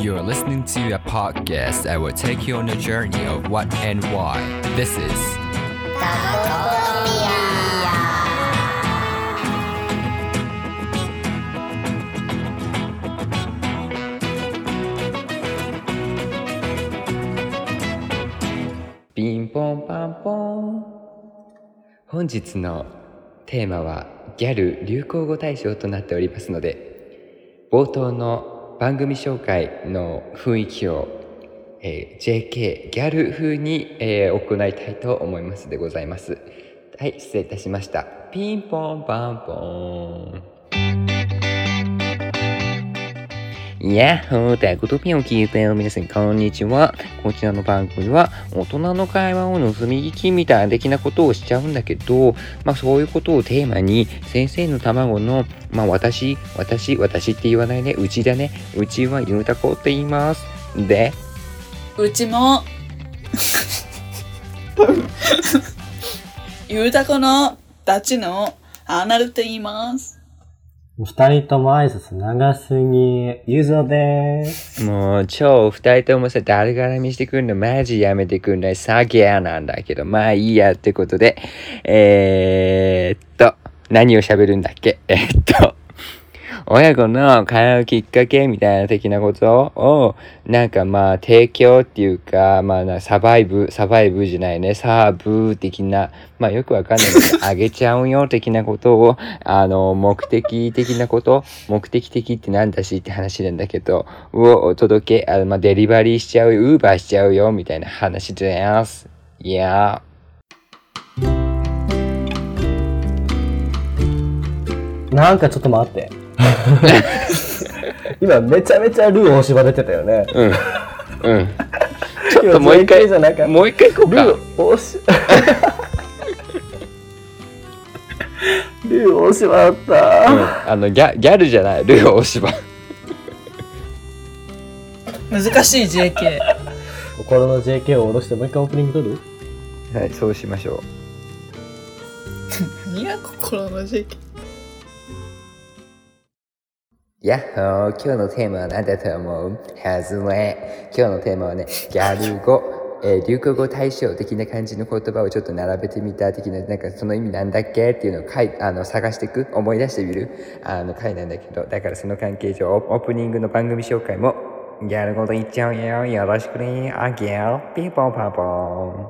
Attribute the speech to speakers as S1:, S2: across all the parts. S1: You're listening to a podcast that will take you on a journey of what and why. This is ピンポンパンポン本日のテーマはギャル流行語大賞となっておりますので冒頭の番組紹介の雰囲気を、えー JK ギャル風に、えー行いたいと思いますでございますはい失礼いたしましたピンポンパンポンやっほーということピンを聞いたよ皆さんこんにちはこちらの番組は大人の会話を盗み聞きみたいな的なことをしちゃうんだけど、まあそういうことをテーマに先生の卵の、まあ私、私、私って言わないね。うちだね。うちはゆうたこって言います。で、
S2: うち もゆうたこのダチのアナルって言います
S3: 二人とも挨拶長すぎ、ゆずおでーす。
S1: もう超二人ともさ、誰絡みしてくんのマジやめてくんない。サギャーなんだけど、まあいいやってことで、えー、っと、何を喋るんだっけえーっと、親子の会話をきっかけみたいな的なことを、なんかまあ提供っていうか、まあなサバイブ、サバイブじゃないね、サーブ的な、まあよくわかんないけど、あ げちゃうよ的なことを、あの、目的的なこと、目的的ってなんだしって話なんだけど、をお届け、あまあデリバリーしちゃう、ウーバーしちゃうよみたいな話です。いや
S3: なんかちょっと待 って。今めちゃめちゃルー大芝出てたよね。
S1: ー、うん。うん。
S3: ちょ
S1: っともう一回
S3: じゃなかった。
S1: もう一回行こう
S3: ル
S1: か。
S3: ー大芝。ルー大芝だった。
S1: うんあのギャギャルじゃないルー大芝
S2: 難しい JK
S3: 心の JK を下ろしてもう一回オープニング撮る
S1: はいそうしましょ
S2: 何や心の JK
S1: うやっほー今日のテーマは何だと思うはずれ今日のテーマはねギャル語、えー流行語大賞的な感じの言葉をちょっと並べてみた的ななんかその意味なんだっけっていうのをかいあの探していく思い出してみるあの回なんだけどだからその関係上オープニングの番組紹介もギャル語と言っちゃうよよろしくねあギャルピンポンパンポン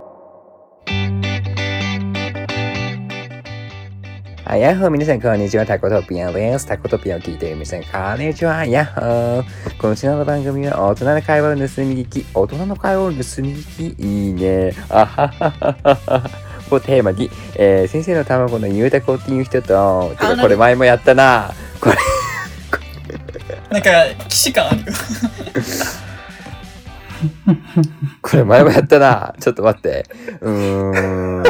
S1: あやっほー皆さんこんにちは、タコトピアです。タコトピアを聞いている皆さん、こんにちは、やっほー。こちらの番組は大人の会話を盗み聞き、大人の会話を盗み聞き、いいね。あははははは。をテーマに、えー先生の卵のゆうたこっていう人と、て
S2: あ
S1: か
S2: な
S1: これ前もやったな。これ、
S2: なんか騎士感あるよ
S1: これ前もやったな。ちょっと待って。うーん。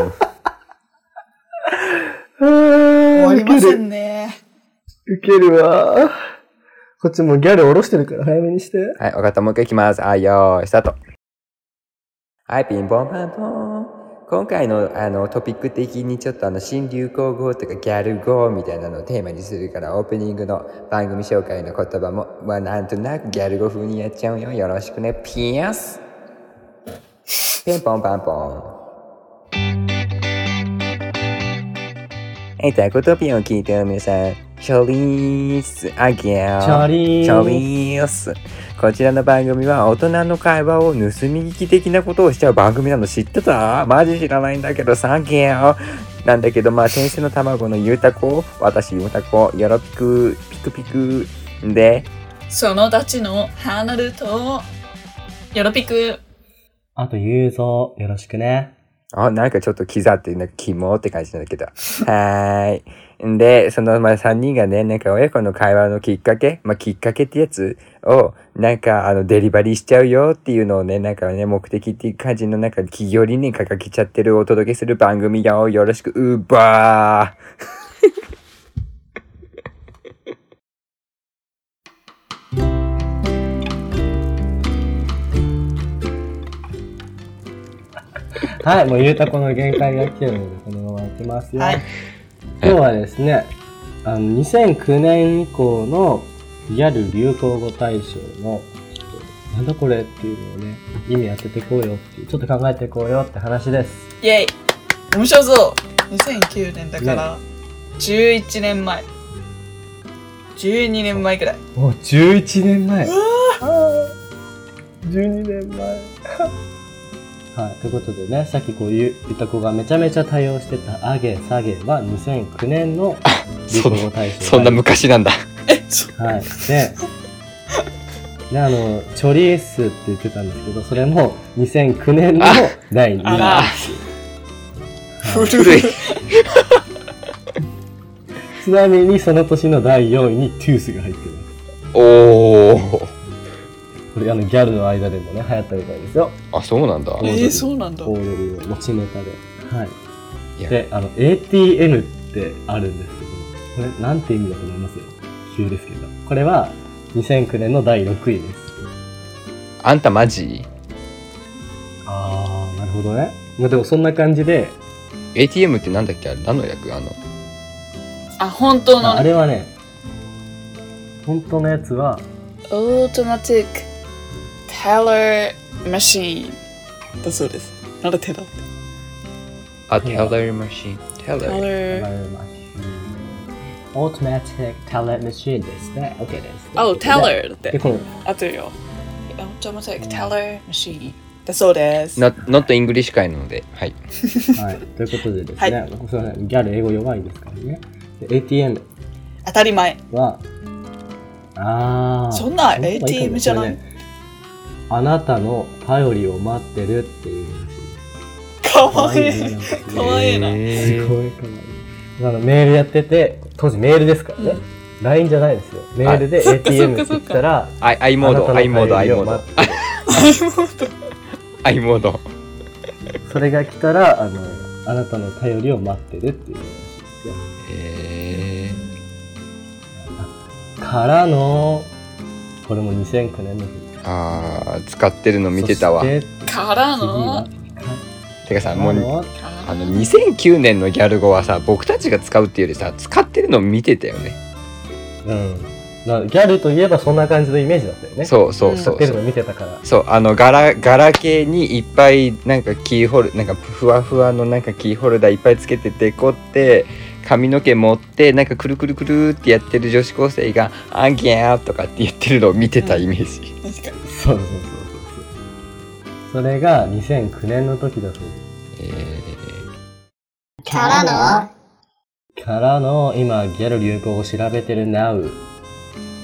S3: 終
S2: 終わりませんね
S3: ウケるわ。こっちもうギャル下ろしてるから早めにして。
S1: はい、わかった。もう一回いきます。はい、よーい、スタート。はい、ピンポンパンポン。今回のあのトピック的にちょっとあの新流行語とかギャル語みたいなのをテーマにするからオープニングの番組紹介の言葉も、まあ、なんとなくギャル語風にやっちゃうよ。よろしくね。ピアス。ピンポンパンポン。えっと、コトピンを聞いてる皆さん、チョリース、あげよう。
S3: チョリース
S1: チョリース。こちらの番組は大人の会話を盗み聞き的なことをしちゃう番組なの知ってたマジ知らないんだけど、サンキュー。なんだけど、まあ、先生の卵のゆうたこ、私ゆうたこ、よろぴく、ピクピク。で、
S2: そのダチのアナルとよろぴく
S3: あと、ゆうぞよろしくね。
S1: あ、なんかちょっとキザって、なんかキモって感じなんだけど。はーい。んで、その、まあ、3人がね、なんか親子の会話のきっかけ、まあ、きっかけってやつを、なんか、あの、デリバリーしちゃうよっていうのをね、なんかね、目的っていう感じの、なんか、企業理念掲げちゃってるお届けする番組よ。よろしく、ウーバー
S3: はい、もうゆうたこの限界が来てるので、このまま行きますよ。
S2: はい
S3: 今日はですね、あの、2009年以降のギャル流行語大賞の、ちょっ
S4: なんだこれっていうのをね、意味当ててこうよっていう、ちょっと考えてこうよって話です。
S2: イェイ面白そう2009年だから、11年前12年前くらい
S4: もう11年前。は
S3: 12年 前。
S4: い、ということでね、さっきこういう歌子がめちゃめちゃ多用してた、あげ、下げは2009年の流行語大賞。
S1: そんな昔なんだ。
S2: えそ
S4: はい。で、で、あの、チョリースって言ってたんですけど、それも2009年の
S1: あ
S4: 第2
S2: あ
S4: 位。
S2: ら
S1: 古い。
S4: ちなみにその年の第4位にトゥースが入ってます。
S1: おー。
S4: これあのギャルの間でもね、流行ったみたいですよ。
S1: あ、そうなんだ。
S4: 踊
S2: え
S4: り
S2: ー、そうなんだ
S4: オードリーの持ちネタで。はい。
S1: いや
S4: で、あの、ATN ってあるんですけど、これなんて意味だと思います急ですけど。これは2009年の第6位です。
S1: あんたマジ
S4: あー、なるほどね。まあでもそんな感じで、
S1: ?ATM ってなんだっけあれ何の略あの、
S2: あ本当
S4: あ
S2: の
S4: あれはね、本当のやつは、
S2: オートマティックタラーマシーンだそうですなんだテラーって
S1: あ、テラーマシン。テラ
S2: タラ
S1: ー。
S2: ー
S4: オートマティックタレントシーンですね。OK です。
S2: あ、タラーだっ
S4: で、
S2: て
S4: この
S2: 合ってるよオートマティックタラーマシーンだそうです
S1: な not English 会なので、はい。
S4: はい、ということでですね、
S2: はい
S4: すいませんギャル英語弱いですからね。で ATN
S2: 当たり前
S4: は、あー、
S2: そんな
S4: 本当はいいかも
S2: ATM じゃない
S4: これねあなたの頼りを待ってるっていう意味です。
S2: かわい
S4: ね
S2: い
S4: なんかす
S2: か
S4: ごい
S2: わいいな
S1: え
S4: す
S1: ー
S4: ごいかわいい。あのメールやってて、当時メールですからね。LINE じゃないですよ。メールで
S2: あそっかそ
S4: ATM っ
S2: っか
S4: て
S2: そ
S4: 言
S2: っ
S4: っ
S2: か
S4: たら、
S1: アイアイモード、アイモード、アイモード、
S4: ド。
S1: アイモード。
S4: それが来たら、あの、あなたの頼りを待ってるっていうらしいですよ。
S1: え
S4: からの、これも2009年の日。
S1: ー、あー、使ってるの見てたわ
S4: そ。して
S2: から
S4: 次
S2: の
S4: は
S1: てかさ、も
S4: もう
S1: う、
S4: の
S1: あの、2009年のギャル語はさ、僕たちが使うっていうよりさ、使ってるの見てたよね。
S4: うん。だギャルといえばそんな感じのイメージだったよね。
S1: そうそうそう
S4: テ
S1: そ
S4: レ
S1: う。
S4: ビ見てたから。
S1: そうあのガラガラケーにいっぱいなんかキーホルなんかふわふわのなんかキーホルダーいっぱいつけててこって髪の毛持ってなんかくるくるくるってやってる女子高生が「あんぎゃー」とかって言ってるのを見てたイメージ、
S2: 確かに
S4: そうそうそうそうそう。それが2009年の時だそうで
S1: え
S5: から
S4: す。からの、今、ギャル流行を調べてる Now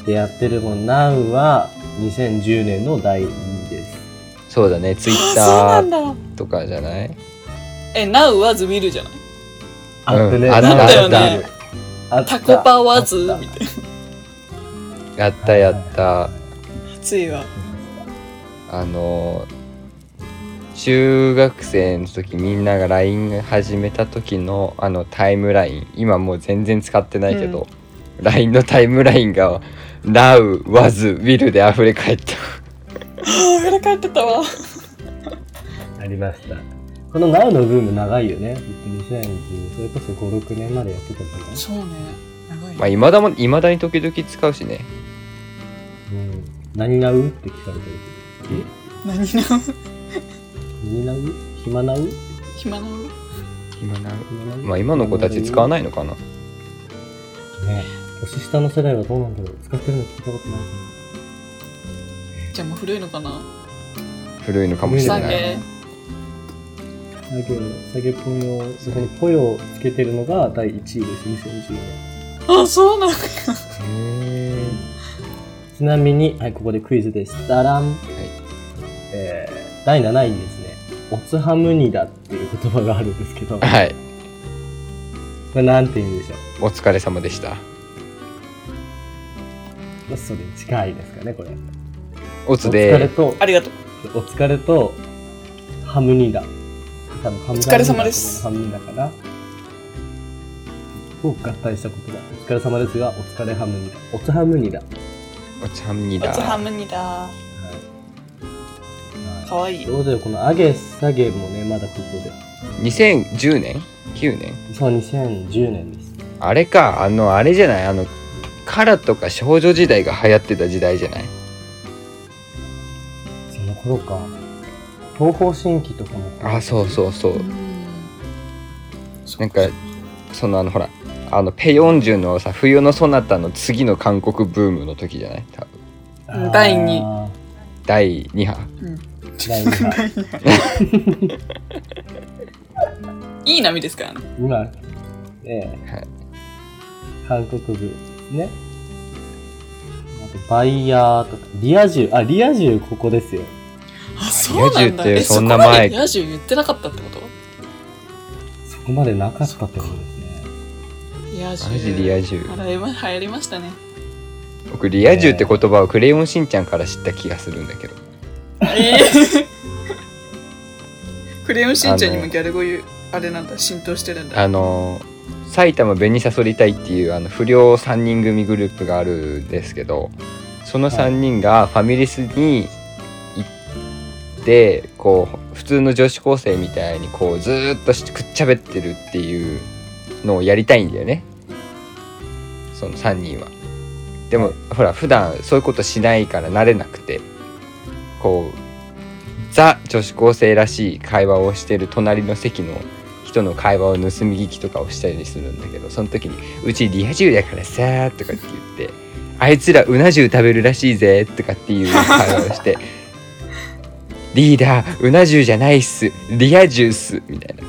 S4: でやってるもん Now は2010年の第2位です。
S1: ーそうだねツイ
S2: あ
S1: ッ
S2: そうな
S1: タ
S2: ん
S1: ー
S2: だ
S1: とかじゃない
S2: え、ナウはズ見るじゃない
S4: あったね。
S1: うんあった
S2: あった
S4: あったあった
S2: タコパはズみたい
S1: やったやった
S2: な。暑いわ。
S1: あのー中学生の時みんなが LINE 始めた時のあのタイムライン今もう全然使ってないけど、LINE のタイムラインが「Now was will」で溢れ返った
S2: ああ、裏返ってたわ。
S4: ありました。この Now のブーム長いよね。2010、それこそ5、6年までやってたんじゃない
S2: そうね。長いね
S1: まあいまだもいまだに時々使うしね
S4: うん。何なうって聞かれたり
S2: 何の
S4: する。何なう暇なう
S2: 暇なの
S1: 今な
S4: 暇なう
S1: まあ今の子たち使わないのかな
S4: ね年下の世代はどうなんだろう使ってるの聞いたことないか
S2: じゃあもう古いのかな
S1: 古いのかもしれ
S2: 下
S1: ない
S2: げ。
S4: な。だけど、下げポンを、そこにポヨをつけてるのが第1位です、2010年。
S2: あ、そうなの
S4: ちなみに、はい、ここでクイズです。ダラン。えー、第7位にですね、おつはむにだっていう言葉があるんですけど、こ
S1: はい
S4: れなんて意味でしょう
S1: お疲れ様でした
S4: まあそれに近いですかね、これ。お
S1: おつ
S4: 疲れ
S1: で
S4: と、
S2: ありがとう。
S4: お疲れと、ハムニダ。多分ハムニダ
S2: お疲れ様です
S4: ハムニダかな。を合体した言葉。お疲れ様ですが、お疲れハムニダ。おつハムニダ。は
S1: おちゃんに
S2: おつ
S1: だ
S2: ハムニだ。
S4: い
S2: かわいい。
S4: どうだよ、このアゲサゲもね、まだここで。
S1: 2010年 ?9 年
S4: そう、2010年です。
S1: あれか、あの、あれじゃないあの、カラとか少女時代が流行ってた時代じゃない
S4: の頃か東方神起とかも
S1: あそうそうそうなんかそのあのほらあのペ・ヨンジュンのさ冬のソナタの次の韓国ブームの時じゃない多分
S4: あー
S2: 第二
S1: 第2波
S4: 第 二波
S2: いい波ですからね
S4: 今ええ、
S1: はい
S4: 韓国部ねあとバイヤーとかリア充あリア充ここですよ
S2: あそうな
S1: 野
S2: んだ
S1: 獣って
S2: え
S1: そ
S2: そ
S1: ん
S2: ん
S1: な
S2: な
S1: 前
S2: 前野獣言ってなかったってこと
S4: そこまでなかったってことですね
S2: 野獣
S1: マジリア充
S2: あれ今流行りましたね
S1: 僕リア充って言葉をクレヨンしんちゃんから知った気がするんだけど
S2: えークレヨンしんちゃんにもギャル語言うあれなんだ浸透してるんだ
S1: あの埼玉紅さそり隊っていうあの不良3人組グループがあるんですけどその3人がファミレスに行ってこう普通の女子高生みたいにこうずーっとしくっちゃべってるっていうのをやりたいんだよねその3人は。でもほら普段そういうことしないから慣れなくてこうザ女子高生らしい会話をしてる隣の席の人の会話を盗み聞きとかをしたりするんだけどその時に「うちリア充だからさ」とかって言って「あいつらうな重食べるらしいぜ」とかっていう会話をして 「リーダーうな重じゃないっすリア充っす」みたいな。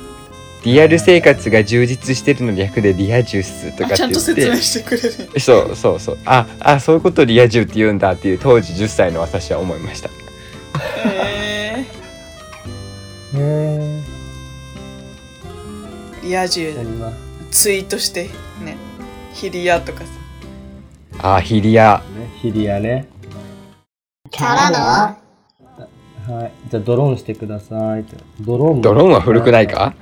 S1: リアル生活が充実してるの略でリア充っすとかって言って
S2: ちゃんと説明してくれる
S1: そうそうそうああそういうことをリア充って言うんだっていう当時10歳の私は思いました
S2: え
S3: へえ。
S2: ー、リア充
S4: やります
S2: ツイートしてねヒリアとかさ
S1: あヒリア
S4: ねヒリアね
S5: から
S4: はいじゃあドローンしてくださいってドローンも
S1: ドローンは古くないか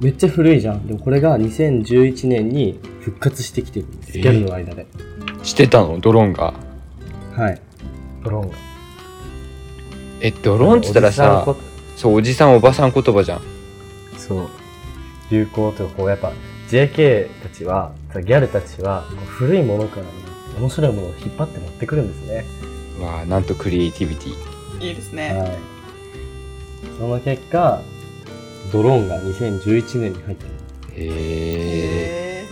S4: めっちゃ古いじゃんでもこれが2011年に復活してきてるんですギャルの間で、
S1: してたのドローンが
S4: はいドローンが
S1: えドローンっつったらさ
S4: おじ
S1: そうおじさんおばさん言葉じゃん
S4: さんこそう流行というかこうやっぱ JK たちはギャルたちはこう古いものから、ね、面白いものを引っ張って持ってくるんですね
S1: わあなんとクリエイティビティ
S2: いいですね
S4: はいその結果ドローンが2011年に入ってる
S1: へえ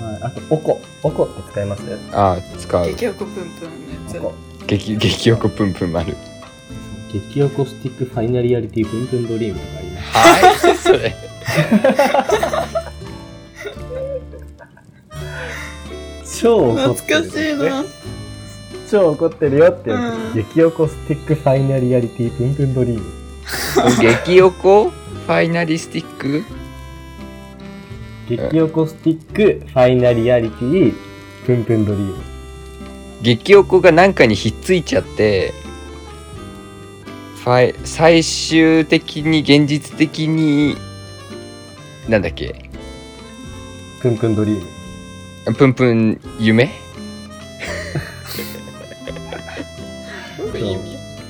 S2: え
S4: はい、あとおこおこって使います
S1: あ使
S2: ー、
S1: う
S2: 激横プンプンのやつ
S4: おこ
S1: 激激横プンプン丸
S4: 激おこスティックファイナリアリティプンプンドリームとかあります
S1: はい それ
S4: 超
S2: 懐
S4: 怒って
S2: か
S4: る
S2: しいな
S4: 超怒ってるよってや
S2: うん
S4: つ、激おこスティックファイナリアリティプンプンドリーム
S1: 激横ファイナリスティック
S4: 激おこスティックファイナリアリティプンプンドリーム
S1: 激横がなんかにひっついちゃってファイ最終的に現実的になんだっけ
S4: プンプンドリーム
S1: プンプン夢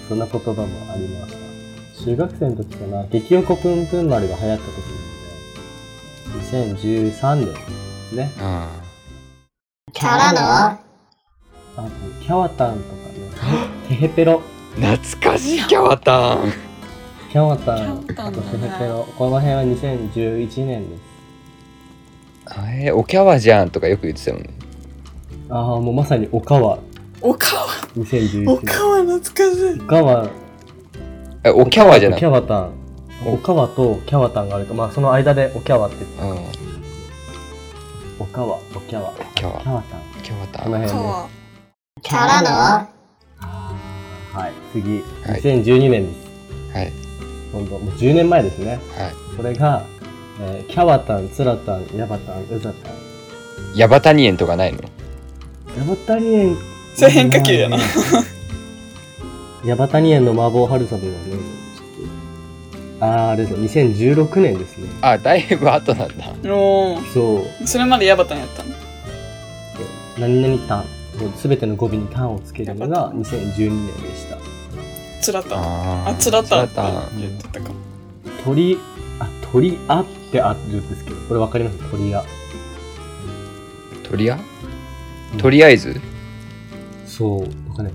S4: そんな言葉もありました中学生の時かな激おこプンプン丸が流行った時なので2013年ですね
S1: あ
S5: からの
S4: あとキャワタンとかねテヘペロ
S1: あ懐かしいキャワタン
S4: キャワタ
S2: キ
S4: ン
S2: ャワタ
S4: あ
S2: ン
S4: と
S2: だ
S4: テヘペロこの辺は2011年です
S1: あれおキャワじゃんとかよく言ってたよね
S4: ああもうまさにおかわ
S2: おかわ
S4: 2011年
S2: おかわ懐かしい
S4: おかわ
S1: えおキャワじゃな
S4: キ
S1: い
S4: ャワタンおかわとキャワタンがあるかまあその間でおキャワって
S1: うん
S4: おかわおキャワ
S1: キャワ
S4: キャワタン
S1: キャワタ
S4: この
S1: ン
S4: 辺
S2: か
S4: ね
S2: わ
S5: からの
S4: はい次
S1: はい
S4: 2012年です
S1: はい
S4: 今度もう10年前ですね
S1: は
S4: これが、えーキャワタンツラタンヤバタンウザタン
S1: いヤバタニエンとかないの
S4: ヤバタニエン
S2: それ変化球やな
S4: ヤバタニエンの麻婆春雨はねちょっとあーあれですね2016年ですね
S1: あだいぶ後なんだ
S2: お
S4: そう
S2: ーそれまでヤバタンやったの
S4: 何々タンすべての語尾にタンをつけるのが2012年でした
S2: つらたん
S1: あ
S2: あつらたんっ
S1: ツ
S2: て
S1: ラタン
S2: 言ってたかも
S4: 鳥あ鳥あってあるんですけどこれわかります鳥あ
S1: とりあとりあえず
S4: そうわかんない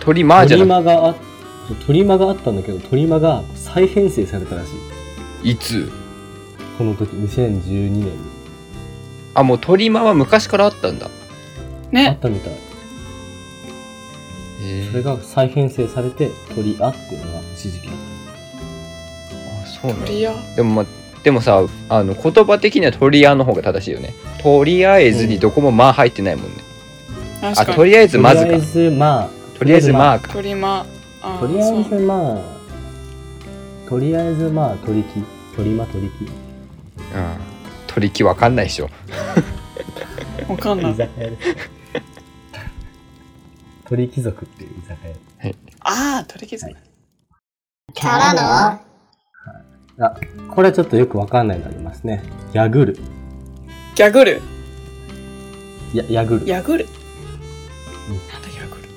S1: 鳥まーじゃなくて
S4: 鳥間があトリマがあったんだけど、トリマが再編成されたらしい。
S1: いつ
S4: この時、2012年に。
S1: あ、もうトリマは昔からあったんだ。
S4: あ
S2: ね
S4: っ。たみたい。
S1: え
S4: それが再編成されて、トリアっていうのが一時期だっ
S1: あ、そうなんだ
S2: いや。
S1: でもまあでもさあの言葉的には「トリア」の方が正しいよねとりあえずにどこも「まあ」入ってないもんね、あ
S2: 確か
S1: と
S2: に。
S1: りあえず「
S4: た。
S1: まず」
S4: とりあえ
S1: か
S4: ず、まあ、
S1: とりあえず「まあ」か
S2: 鳥間。あー
S4: とりあえ
S2: そ
S4: ず
S2: う
S4: まあとりあえずまあ取り木取りま取り木
S1: うん取り木わかんないでしょ
S2: わかんな
S4: 居
S2: い。
S4: 酒屋ですね鳥貴族っていう居酒
S2: ああ、鳥貴族。
S5: からの
S4: 屋あこれちょっとよくわかんないのありますねヤグル
S2: ギャグル。
S4: やヤグル
S2: ヤグル
S4: ん
S2: なんだヤグル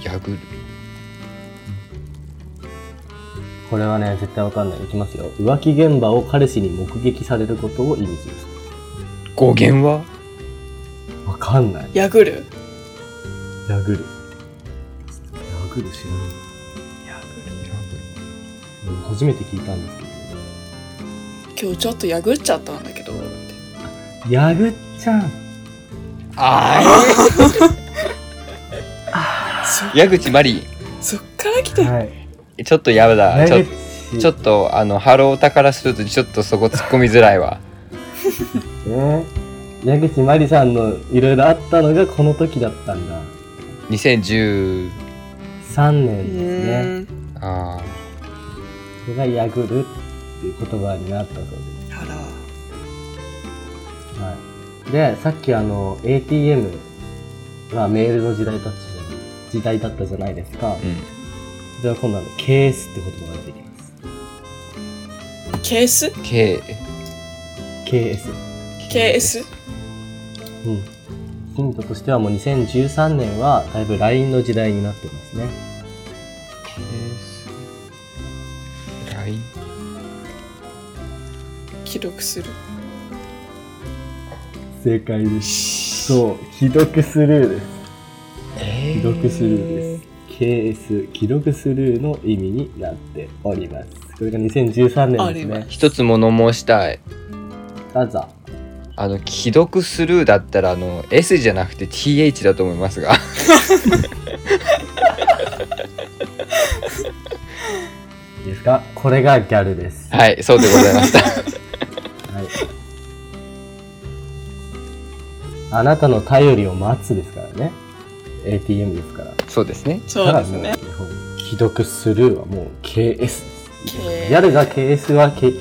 S1: ギャグル
S4: これはね絶対わかんないいきますよ浮気現場を彼氏に目撃されることを意味します
S1: 語源は
S4: わかんない
S2: ヤグル
S4: ヤグルヤグル知らない
S2: ヤグ
S4: うん初めて聞いたんですけど
S2: ル今日ちょっとヤグっちゃったんだけど
S4: ヤグっちゃん
S1: あ
S2: そ
S1: あ 矢口まり
S2: そっから来てる
S4: はい
S1: ちょっとやだちょ
S4: 口
S1: ちょっとあのハロータからするとちょっとそこ突っ込みづらいわ
S4: ね矢口真理さんのいろいろあったのがこの時だったんだ
S1: 2010
S4: 3
S2: う
S4: 年ですね
S2: ーん
S1: ああ
S4: それがヤグルっていう言葉になったそうで
S2: あら
S4: す、はい、でさっきあの ATM はメールの時代だったじゃない時代だったじゃないですか
S1: うん
S4: では今度はケースって言葉が出てきます
S2: ケース
S1: K
S4: KS
S2: KS
S4: うんヒントとしてはもう2013年はだいぶ LINE の時代になってますね
S1: KS ライン
S2: 記録する
S4: 正解ですそう既読スルーです
S1: え
S4: 既読スルーです。KS、既読スルーの意味になっております。これが2013
S2: あ
S4: 年で
S2: り
S4: す
S2: ま
S4: ね
S2: す。
S1: 一つ物申したい
S4: どうぞ。
S1: あの既読スルーだったらあの S じゃなくて TH だと思いますが
S4: いいですかこれがギャルです。は
S1: はいそうでございました
S4: い。あなたの頼りを待つですからね。ATM ですから。
S1: そうですね
S2: そうですね
S4: だからもう既読スルーはもう KS です。
S2: KS
S4: ギャルが KS は、K、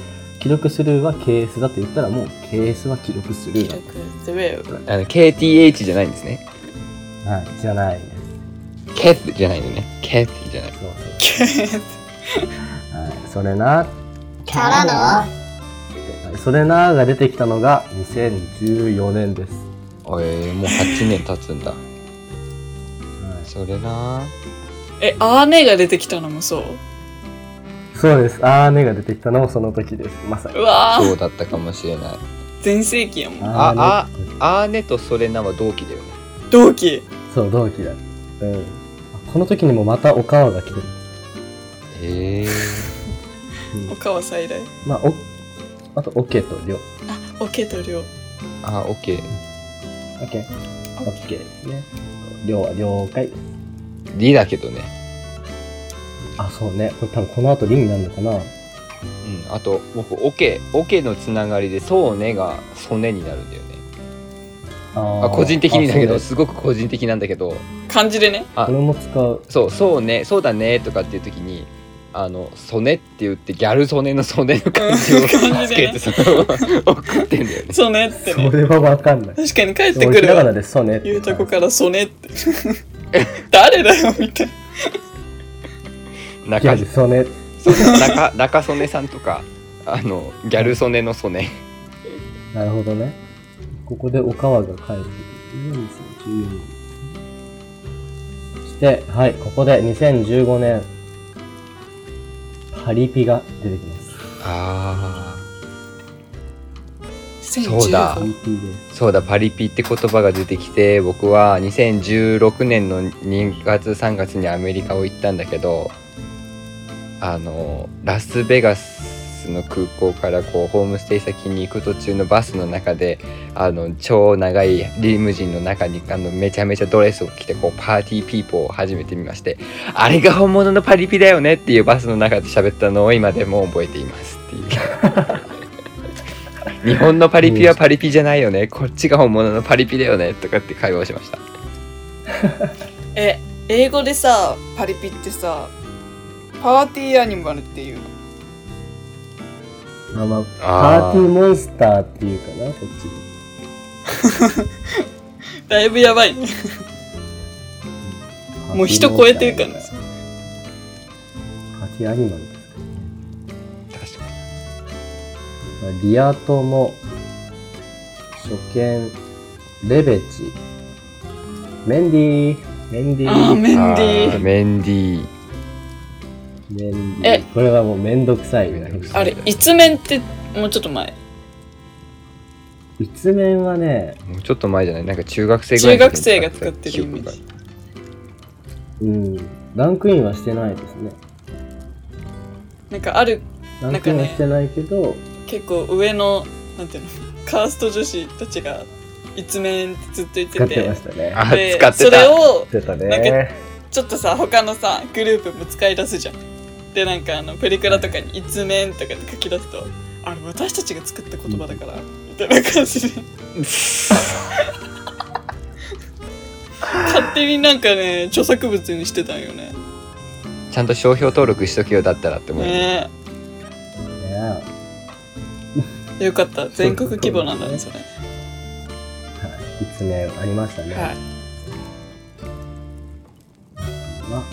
S4: 既読スルーは KS だと言ったらもう KS は既読スル
S2: 記
S4: ーだ
S2: 録する
S1: あの KTH じゃないんですね
S4: と。はい。じゃないです。
S1: ケフじゃないのねケフじゃない
S4: そうそう。
S2: KS
S4: はい、それな、
S5: からの
S4: それなが出てきたのが2014年です。
S1: えー、もう8年経つんだ
S4: は
S1: それな
S2: えアーネが出てきたのもそう
S4: い、そうです。あーねが出てきたのもその時です。まさに
S2: う。わー
S1: そうだったかもしれない
S2: 全盛期やもん
S1: あ
S4: ーね
S1: アーネとそれなは同期だよね
S2: 同期
S4: そう、同期だ。うん。この時にもまたおかわが来てる。
S1: え
S4: うん
S2: おかわ最大
S4: まあ、お、あと、オケとりょ。
S2: あオケとりょう
S1: ー、あオッケー
S4: オケ。オッケーですね。りょうは了解です。
S1: リだけどね
S4: あ、そうね。これ多分この後りになるのかな。
S1: うんあと僕オケオケのつながりでそうねがソネになるんだよね
S4: あ
S1: あ個人的にだけど
S4: あそうね
S1: すごく個人的なんだけど
S2: 漢字でね
S1: あ
S4: これも使う。
S1: そうそうねそうだねとかっていう時にあの「ソネ」って言ってギャルソネのソネの感じを
S2: うん感
S1: つ
S2: じで
S1: け
S2: ね
S1: てその まま送ってんだよね
S2: ソネって
S4: そ
S2: ね
S4: れはわ かんない。
S2: 確かに返ってく
S4: 俺ひ
S2: る
S4: らが
S2: わ
S4: なでそうねって。
S2: ゆうたこからソネって誰だよみたいな
S4: ギ
S1: 中
S4: ャルそうね。
S1: そう中中曽根さんとかあのギャル曽根の曽根
S4: なるほどね。ここでおかわが帰ってくる。2014年。そして、はい、ここで2015年、ハリピが出てきます。
S1: あ
S2: 2015
S1: そうだ
S4: パリピです。
S1: そうだパリピって言葉が出てきて僕は2016年の2月3月にアメリカを行ったんだけどあのラスベガスの空港からこうホームステイ先に行く途中のバスの中であの超長いリムジンの中にあのめちゃめちゃドレスを着てこうパーティーピーポーを初めて見ましてあれが本物のパリピだよねっていうバスの中で喋ったのを今でも覚えていますって いう。日本のパリピはパリピじゃないよねこっちが本物のパリピだよねとかって会話をしました
S2: え英語でさパリピってさパーティーアニマルっていうの
S4: まあまあ、パ
S1: あー
S4: ーティーモンスターっていうかな、こっちに。
S2: だいぶやばいねもう人超えてるから
S4: パーティーアニマルです。
S1: 確か
S4: まあリア友、初見、レベチ、メンディー、メンディ
S2: あー
S4: ー、
S2: メンディ
S1: あ
S2: ー
S1: メンディー
S4: メンディ
S2: え
S4: ー。これはもうめんどくさいみたい
S1: めんどく
S4: な。
S1: さ
S2: あれいつ面ってもうちょっと前
S4: 一面はね、
S1: もうちょっと前じゃないなんか中学生ぐらい
S2: 中学生が使ってるイメー
S1: が
S2: ジ
S4: うん、ランクインはしてないですね。
S2: なんかある
S4: ランクインはしてないけど、
S2: 結構上のなんていうのカースト女子たちが一面ってずっと言っ
S4: 使
S2: て
S4: ってま
S2: て
S4: したね。
S1: あ
S2: で
S1: 使って
S2: それ
S1: た
S2: を
S4: 使ってた
S2: なん
S4: ね
S2: か。ちょっとさ他のさグループも使い出すじゃんでなんかあのプリクラとかに「一面」とかで書き出すとあれ私たちが作った言葉だからみたいな感じで勝手になんかね著作物にしてたんよね
S1: ちゃんと商標登録しとけよだったらって思う、
S2: ね
S4: ね
S2: えよかった全国規模なんだねそれ
S4: はい、一面ありましたね。
S2: はい
S4: ま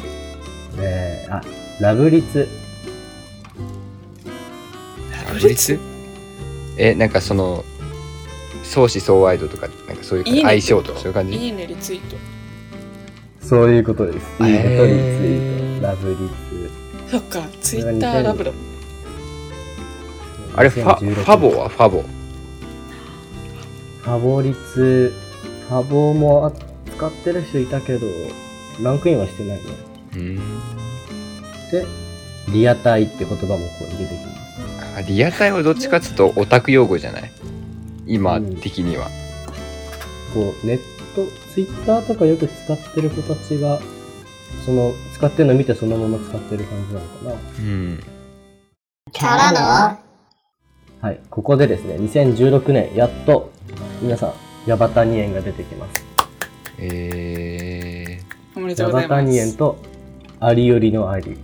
S4: えー、あ、ラブリツ。
S1: ラブリツえなんかその相思相愛度とかなんかそういう
S2: いいね
S1: 相性とかそういう感じ
S2: いいねリツイート
S4: そういうことです。
S1: えー
S4: いいことリツイート。ラブリ
S2: そっかツイッターラブだもん
S4: ツ。
S1: あれファフ
S4: 2016
S1: ァボはファボ
S4: ファボリツ。ファボもあ使ってる人いたけど、ランクインはしてないね。
S1: うん
S4: で、リアタイって言葉もこう出てきます。
S1: あリアタイはどっちかっつうとオタク用語じゃない今的には、
S4: こう、ネット、ツイッターとかよく使ってる子たちが、その、使ってるの見てそのまま使ってる感じなのかな。
S1: うん、
S5: からの
S4: はい、ここでですね、2016年、やっと、皆さん、ヤバタニエンが出てきます。
S1: えー、
S2: おめでと
S4: ヤ
S2: うござ
S4: バ
S2: い
S4: タ
S2: ま
S4: ニエン
S2: す
S4: と、アリよりのアリ。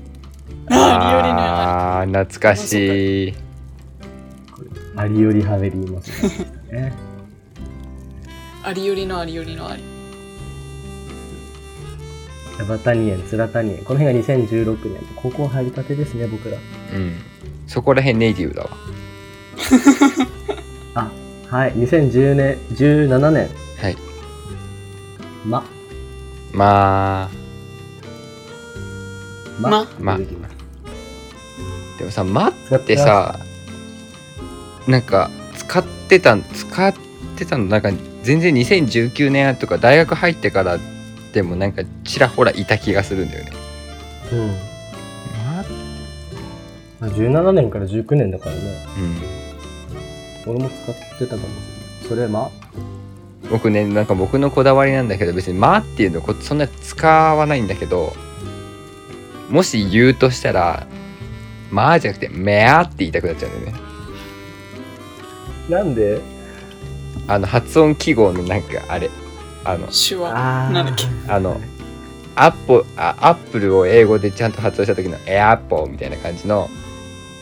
S2: あ
S1: あー懐かしい。
S4: アリよりハベリーマスターね。
S2: ありよりのありよりのあり
S4: ヤバタニエン、ツラタニエン。この辺が2016年。高校入りたてですね、僕ら。
S1: うん。そこら辺ネイティブだわ。
S4: あ、はい、2010年、17年。
S1: はい。
S4: ま、
S1: まあ、
S2: ま
S1: ま
S4: 出てきます
S1: でもさ、まっ
S4: 使って
S1: て
S4: ま
S1: さ、なんか使ってたん、使ってたの、なんか全然2019年とか大学入ってからでもなんかちらほらいた気がするんだよね。
S4: すうん。まあ17年から19年だからね。
S1: うん。
S4: 俺も使ってたかもしれない。それ、ま、
S1: 僕ね、なんか僕のこだわりなんだけど、別にまあっていうのこそんな使わないんだけど、もし言うとしたら、まあじゃなくて、めあって言いたくなっちゃうんだよね。
S4: なんで
S1: あの発音記号のなんかあれあの
S2: 手話
S4: あー
S2: なんだっけ
S1: あのアッポあアップルを英語でちゃんと発音した時のエアッポーみたいな感じの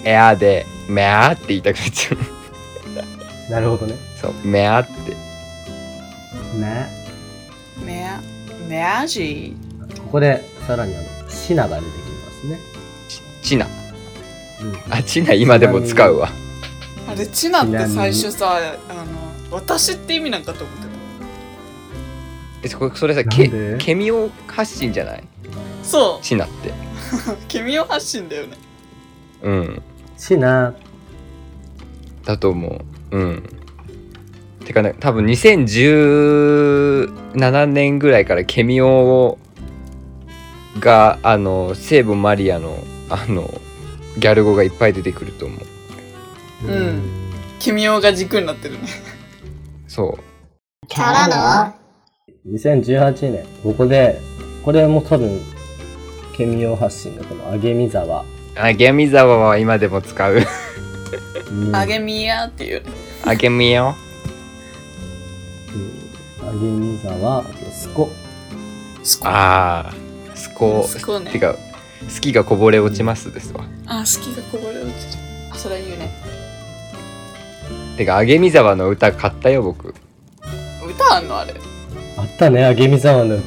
S1: エアでメアって言いたくなっちゃう
S4: なるほどね。
S1: そうメアって
S4: ね。
S2: メアメアジ
S4: ここでさらにあのシナが出てきますね。
S1: チナあチナ今でも使うわ
S2: あれチナって最初さあの私って意味なんかと思って
S1: えそこそれさ
S4: なん
S1: け
S4: で
S1: ケミオ発信じゃない
S2: たそ
S1: チナって
S2: う君を発信だよね
S1: うん
S4: シナ
S1: だと思ううんてかね多分2017年ぐらいからケミオをがあの聖母マリアのあのギャル語がいっぱい出てくると思う
S2: うん君をが軸になってるね。
S1: そう
S5: からの
S4: 2018年、ここで、これも多分、ケミオ発信のこの、あげみざわ。
S1: あげみざわは今でも使う
S4: うん
S2: あげみやっていう。
S1: あげみよ
S4: あげみざわ、あとすこ。
S2: すこ。
S1: ああすこ
S2: すこね
S1: て。か好きがこぼれ落ちますですわ
S2: あ、好きがこぼれ落ちる。あ、それは言うね。
S1: てかあげみざわの歌買ったよ僕
S2: 歌あんのあれ。
S4: あったね、あげみざわの。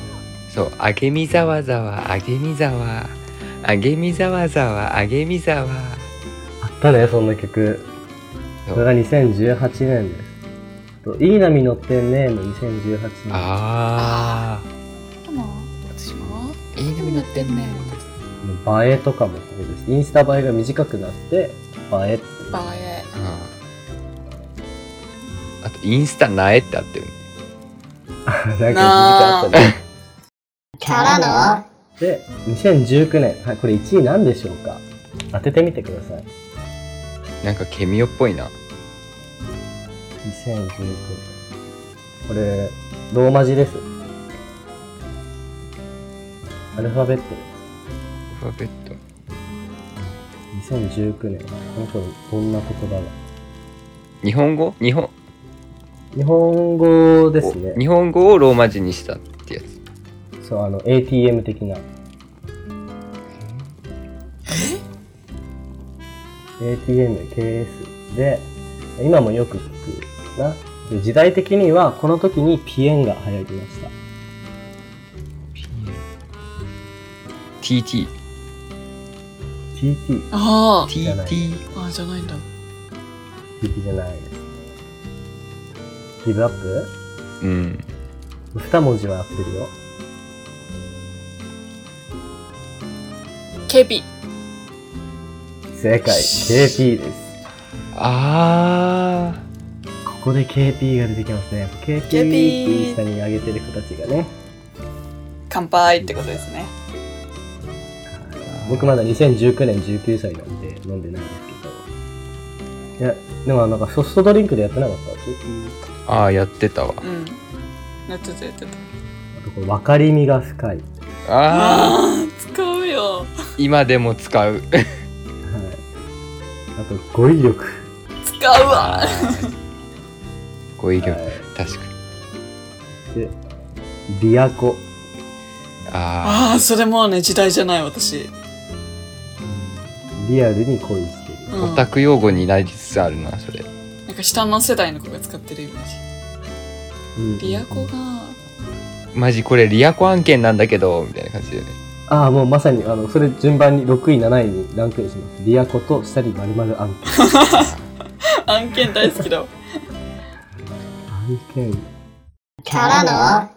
S1: そうあげみざわざわあげみざわあげみざわざわあげみざわ
S4: あったね、そんな曲。
S1: そう
S4: これが2018年です。あと、いい波乗ってんねーの2018年。
S1: あ
S2: でも、私も。
S1: あいい波乗ってんね
S4: 映えとかもそうです。インスタ映えが短くなって、映えって。
S2: ばえ。
S1: うんあとインスタ苗ってあってる
S4: なんか短くなっ
S5: からの
S4: て、2019年。はい、これ1位なんでしょうか当ててみてください。
S1: なんかケミオっぽいな
S4: 2019年。これ、ローマ字です。アルファベットで
S1: アルファベット
S4: す。2019年。この人、どんな言葉が。
S1: 日本語日本
S4: 日本語ですね。
S1: 日本語をローマ字にしたってやつ
S4: そう、あの、ATM 的な。ATM、KS で、今もよく聞くな。で時代的には、この時にピエンが流行りました。
S1: TT
S4: TT、
S2: あ
S1: TT
S2: あ。あ、じゃないんだ。
S4: TT じゃないですね。ギブアップ
S1: うん
S4: 二文字は合ってるよ。
S2: ケビ。
S4: 正解、KP です。
S1: ああ
S4: ここで KP が出てきますね。KP ってインスタに上げてる子たちがね。
S2: 乾杯ってことですね。
S4: 僕まだ2019年19歳なんで飲んでないんですけど。いや、でもなんかソフトドリンクでやってなかったあ
S1: ああやってたわ
S2: うん。やってたやってた。
S4: とこれ分かりみが深い。はい。
S1: ああ
S2: ああ、使うよ。
S1: 今でも使う
S4: あと語彙力。
S2: 使 うわ。
S1: 語彙
S4: は
S1: 力確かに
S4: い、で、リアコ。
S1: あ
S2: ああ、それもうね、時代じゃない私。
S4: リアルに恋してる。
S1: あ
S2: う
S1: オ
S2: ん。
S1: タ
S2: な
S1: ク用語になりつつあるなそれ
S2: んか下の世代の子が使ってるイメー
S4: うん
S2: ジ。リアコが。
S1: マジこれリアコ案件なんだけどみたいな感じでね
S4: ああ、もうまさに、あの、それ順番に6位、7位にランクインします。リアコと下に丸々案件。
S2: 案件大好きだわ。
S4: 案件
S5: から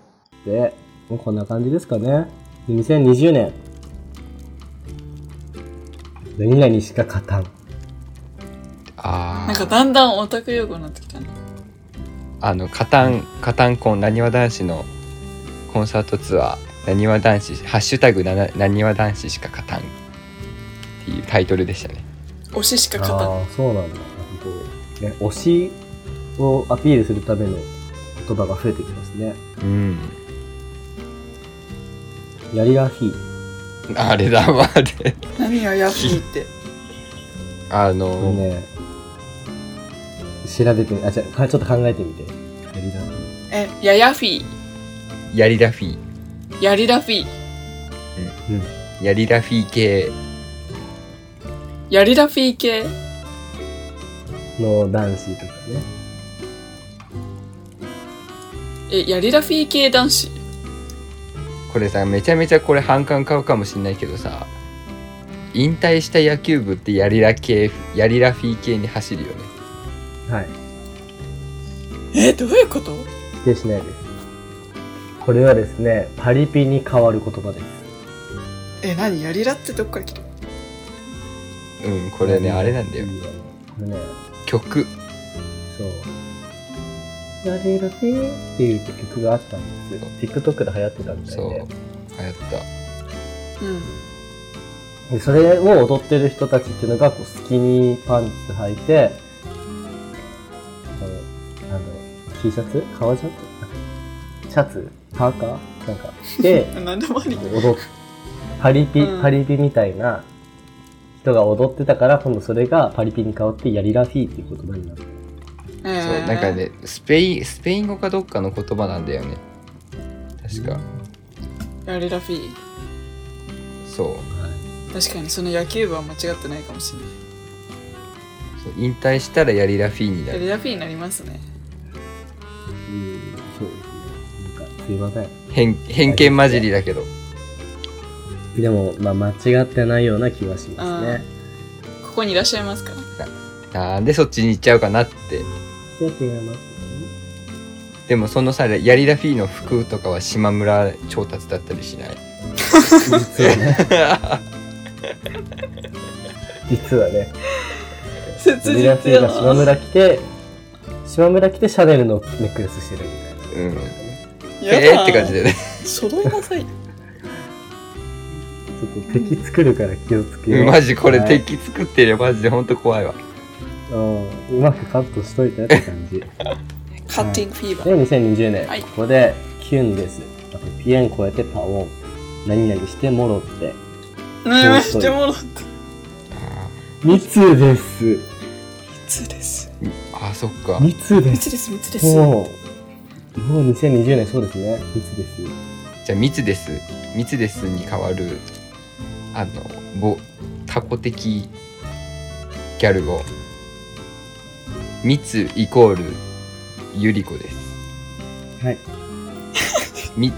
S5: の
S4: で、もうこんな感じですかね。で2020年。何々しか勝たん。
S1: あ
S2: なん
S1: あ
S2: かだんだんオタク用語になってきたね。
S1: あのカタンカタンコンなにわ男子のコンサートツアーなにわ男子ハッシュタグなななにわ男子しかカタンっていうタイトルでしたね
S2: 推ししか勝たん。
S4: ああ、そうなんだ。こうね、推しをアピールするための言葉が増えてきますね。
S1: うん
S4: やりらひー。
S1: あれだわあれ
S2: 何がヤッピーって。
S1: あ
S4: これ
S1: の、
S4: ね、調べてみ、あ、じゃあ、かちょっと考えてみて。やりらひ
S2: え、ヤヤフィー。
S1: ヤリラフィ
S2: ヤリラフィー。
S4: ー。うん。
S1: ヤリラフィ系
S2: ヤリラフィー系。
S4: の男子とかね。
S2: え、ヤリラフィー系男子。
S1: これさめちゃめちゃこれ反感買うかもしんないけどさ引退した野球部ってヤリラ系ヤリラフィ系に走るよね
S4: はい。
S2: え、どういうこと
S4: 否定しないです。これはですね、パリピに変わる言葉です。
S2: え、何ヤリラってどっから来た
S1: うんこれねあれなんだよ
S4: これね、
S1: 曲
S4: そう。ラレラテーっていう曲があったんですよ。TikTok で流行ってたみたい
S1: そう
S4: で。
S1: 流行った
S2: うん。
S4: でそれを踊ってる人たちっていうのがこうスキニーパンツ履いてこのなんだろう T シャツ革ジャンシャツパーカーなんか着て
S2: 何でもあり
S4: こ。う踊っパリピ、
S2: うん
S4: パリピみたいな人が踊ってたから今度それがパリピに変わってやりラフィーっていう言葉になる
S2: そう
S1: そうなんか。ねスペインスペイン語かどっかの言葉なんだよね確か
S2: やれラフィー。
S1: そう
S2: 確かにその野球部は間違ってないかもしれな。
S1: そう引退したらやりラフィーにない
S2: や
S1: る
S2: れラフィーになりますね。
S4: うんそうですねなんかすいません
S1: 偏偏見混じりだけど
S4: でもまあ間違ってないような気はしますね
S2: ここにいらっしゃいますから。
S1: なんでそっちに行っちゃうかなって
S4: で違いますね
S1: でもそのさやりラフィーの服とかは島村調達だったりし ない
S4: 実はね実はね
S2: 切
S4: リラフ
S2: 実
S4: ィ
S2: や
S4: ーが島
S2: な。
S4: 村来て島村来てシャネルのネックレスしてるみたいな
S1: うん
S2: やだ
S1: えー、って感じだよね
S2: 揃いなさい。
S4: ちょっと敵作るから気をつけ
S1: う
S4: よ
S1: ん
S4: う
S1: マジこれ
S4: はい
S1: 敵作ってるよマジでほんと怖いわ
S4: うんうまくカットしといたって感じで
S2: カッティングフィーバー。
S4: 2020年、
S2: はい
S4: ここでキュンですあとピエン超えてパオン何々してもろって
S2: 悩ましてもらった。
S4: 2通です
S2: 密です。
S1: あそっか
S4: 2通で
S2: 密
S4: す
S2: です、密です。
S4: もうもう2020年そうですね2通です
S1: じゃあ密です密ですに変わるあのぼタコ的ギャル語密イコールゆり子です
S4: はい
S1: み
S2: コ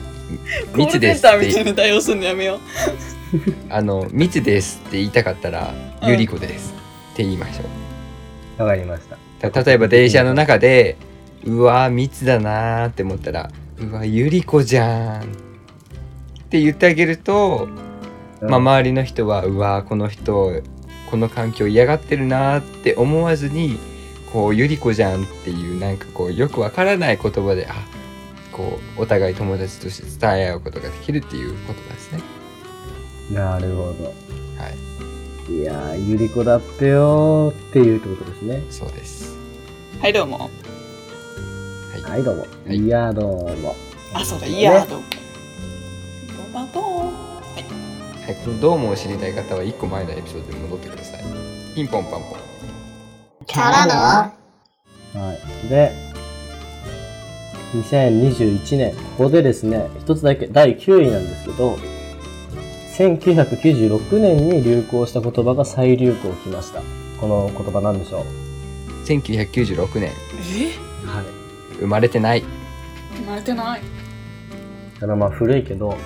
S2: ー
S1: 密
S2: ル
S1: で
S2: セ
S1: す
S2: ン
S1: っ
S2: ターみたい
S1: て
S2: な対応するのやめよう。
S1: あの密ですって言いたかったら
S2: うん
S1: ゆり子ですって言いましょう
S4: わかりました
S1: た例えば電車の中でうわー密だなーって思ったらうわゆり子じゃーんって言ってあげるとまあ、周りの人はうわーこの人この環境嫌がってるなーって思わずにこう「ゆり子じゃん」っていうなんかこうよくわからない言葉であこうお互い友達として伝え合うことができるっていうことなんですね。
S4: なるほど
S1: はい、
S4: いやー、ゆりこだってよーっていうってことですね。
S1: そうです。
S2: はい、どうも。
S4: はい、どうも。
S1: はい
S4: いやー、どうも。
S2: あ、そうだ、いや、
S4: ね
S2: どうも。ボンバボーン。はい。
S1: はい、このどうもを知りたい方は一個前のエピソードに戻ってください。ピンポンパンポン。
S5: からの
S4: はい。で、2021年、ここでですね、一つだけ、第9位なんですけど、1996年に流行した言葉が再流行しました。この言葉なんでしょう
S1: 1996年
S2: え
S4: はい。
S1: 生まれてない。
S2: 生まれてない。
S4: ただまあ古いけど、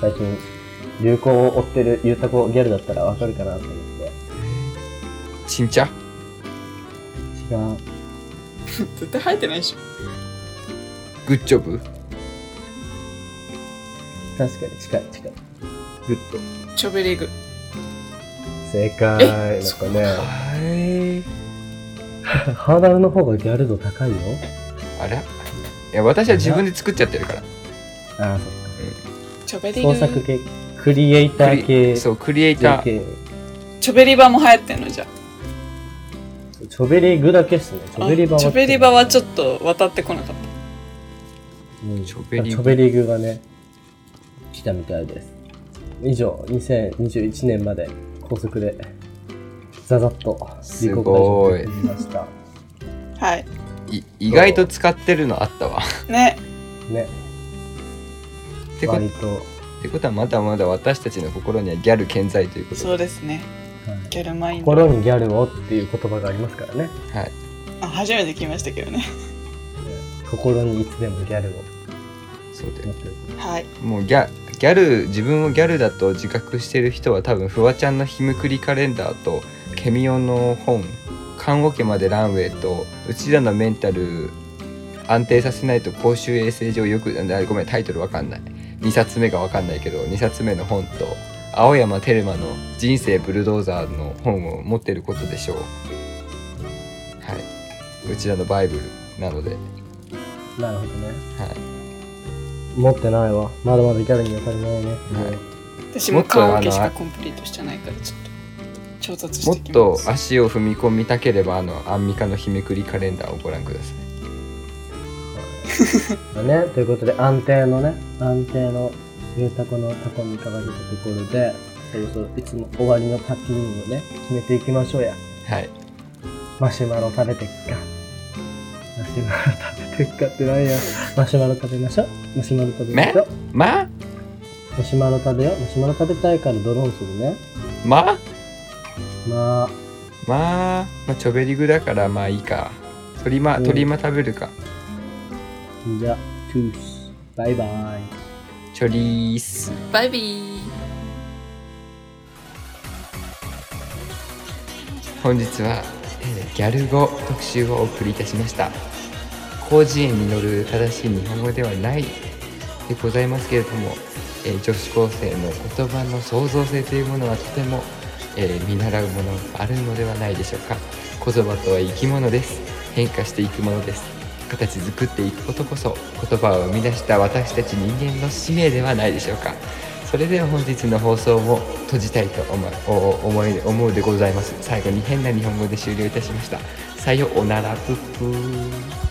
S4: 最近、流行を追ってるゆうたこギャルだったらわかるかなと思って。
S1: ちんちゃ
S4: 違う。
S2: 絶対生えてないでしょ。
S1: グッジョブ
S4: 確かに近い近い。
S1: グッド。
S2: チョベリグ。
S4: 正解
S2: え
S4: なんかね
S1: はい。
S4: ハードルの方がギャル度高いよ
S1: あれいや、私は自分で作っちゃってるから。
S4: ああ
S2: チョベリ
S4: 創作
S2: グ。
S4: 系クリエイター
S1: クリ
S4: 系
S1: そうクリエイター
S4: 系
S2: チョベリバも流行ってんのじゃあ。
S4: チョベリグだけっすねチョベリバは
S2: チョベリバはちょ
S4: っ
S2: っと渡ってこなかっ
S4: と、うん
S1: チョベリグ
S4: チョベリグがね来たみたいです以上2021年まで高速でざざっと
S1: す
S4: す
S1: ごい
S4: ました
S2: た。はい。
S1: い意外と使ってるのあったわ。
S2: ね。
S4: ね
S1: ってこと
S4: 割と、は
S1: ってことはまだまだ私たちの心にはギャル健在ということで
S2: そうですね。
S4: い
S2: ギャルマイン
S4: 心
S2: ド。
S4: にギャルをっていう言葉がありますからね
S1: はい、
S2: あ、初めて聞きましたけどね。
S4: 心にいつでもギャルを
S1: そうだ
S4: 持
S1: よ
S4: ってる
S2: はい。
S1: もうギャギャル自分をギャルだと自覚してる人は多分フワちゃんの日むくりカレンダーとケミオの本「缶オケまでランウェイ」とうちらのメンタル安定させないと公衆衛生上よくあごめんタイトルわかんない2冊目がわかんないけど2冊目の本と青山テルマの「人生ブルドーザー」の本を持ってることでしょうはいうちらのバイブルなので
S4: なるほどね。
S1: はい
S4: 持ってないわ。まだまだギャルには足りないね。
S2: 私も顔オケしかコンプリートしてないからちょっと調達し
S1: もって
S2: きま
S1: と
S2: す
S1: 足を踏み込みたければあのアンミカの日めくりカレンダーをご覧ください
S4: だね。ということで、安定のね、安定のゆうたこのタコミカが出たところで、そろそろいつも終わりのパッティングをね、決めていきましょうや。
S1: はい
S4: マシュマロ食べてっか。マシュマロ食べてっかってなんや。マシュマロ食べましょう。マシュマロ食べましょう。
S1: まあ
S4: マシュマロ食べよう。マシュマロ食べたいからドローンするね。
S1: まあ
S4: まあ、
S1: まあ、まあ、チョベリグだからまあいいか鳥ま
S4: うん
S1: 鳥ま食べるか
S4: じゃあ、チュース。バイバイ。
S1: チョリース
S2: バイビー
S1: 本日は、えーギャル語特集をお送りいたしました広辞苑に載る正しい日本語ではないでございますけれども、えー女子高生の言葉の創造性というものはとても、えー見習うものがあるのではないでしょうか言葉とは生き物です変化していくものです形作っていくことこそ言葉を生み出した私たち人間の使命ではないでしょうかそれでは本日の放送も閉じたいと思いお思い思うでございます最後に変な日本語で終了いたしましたさようならぷっぷー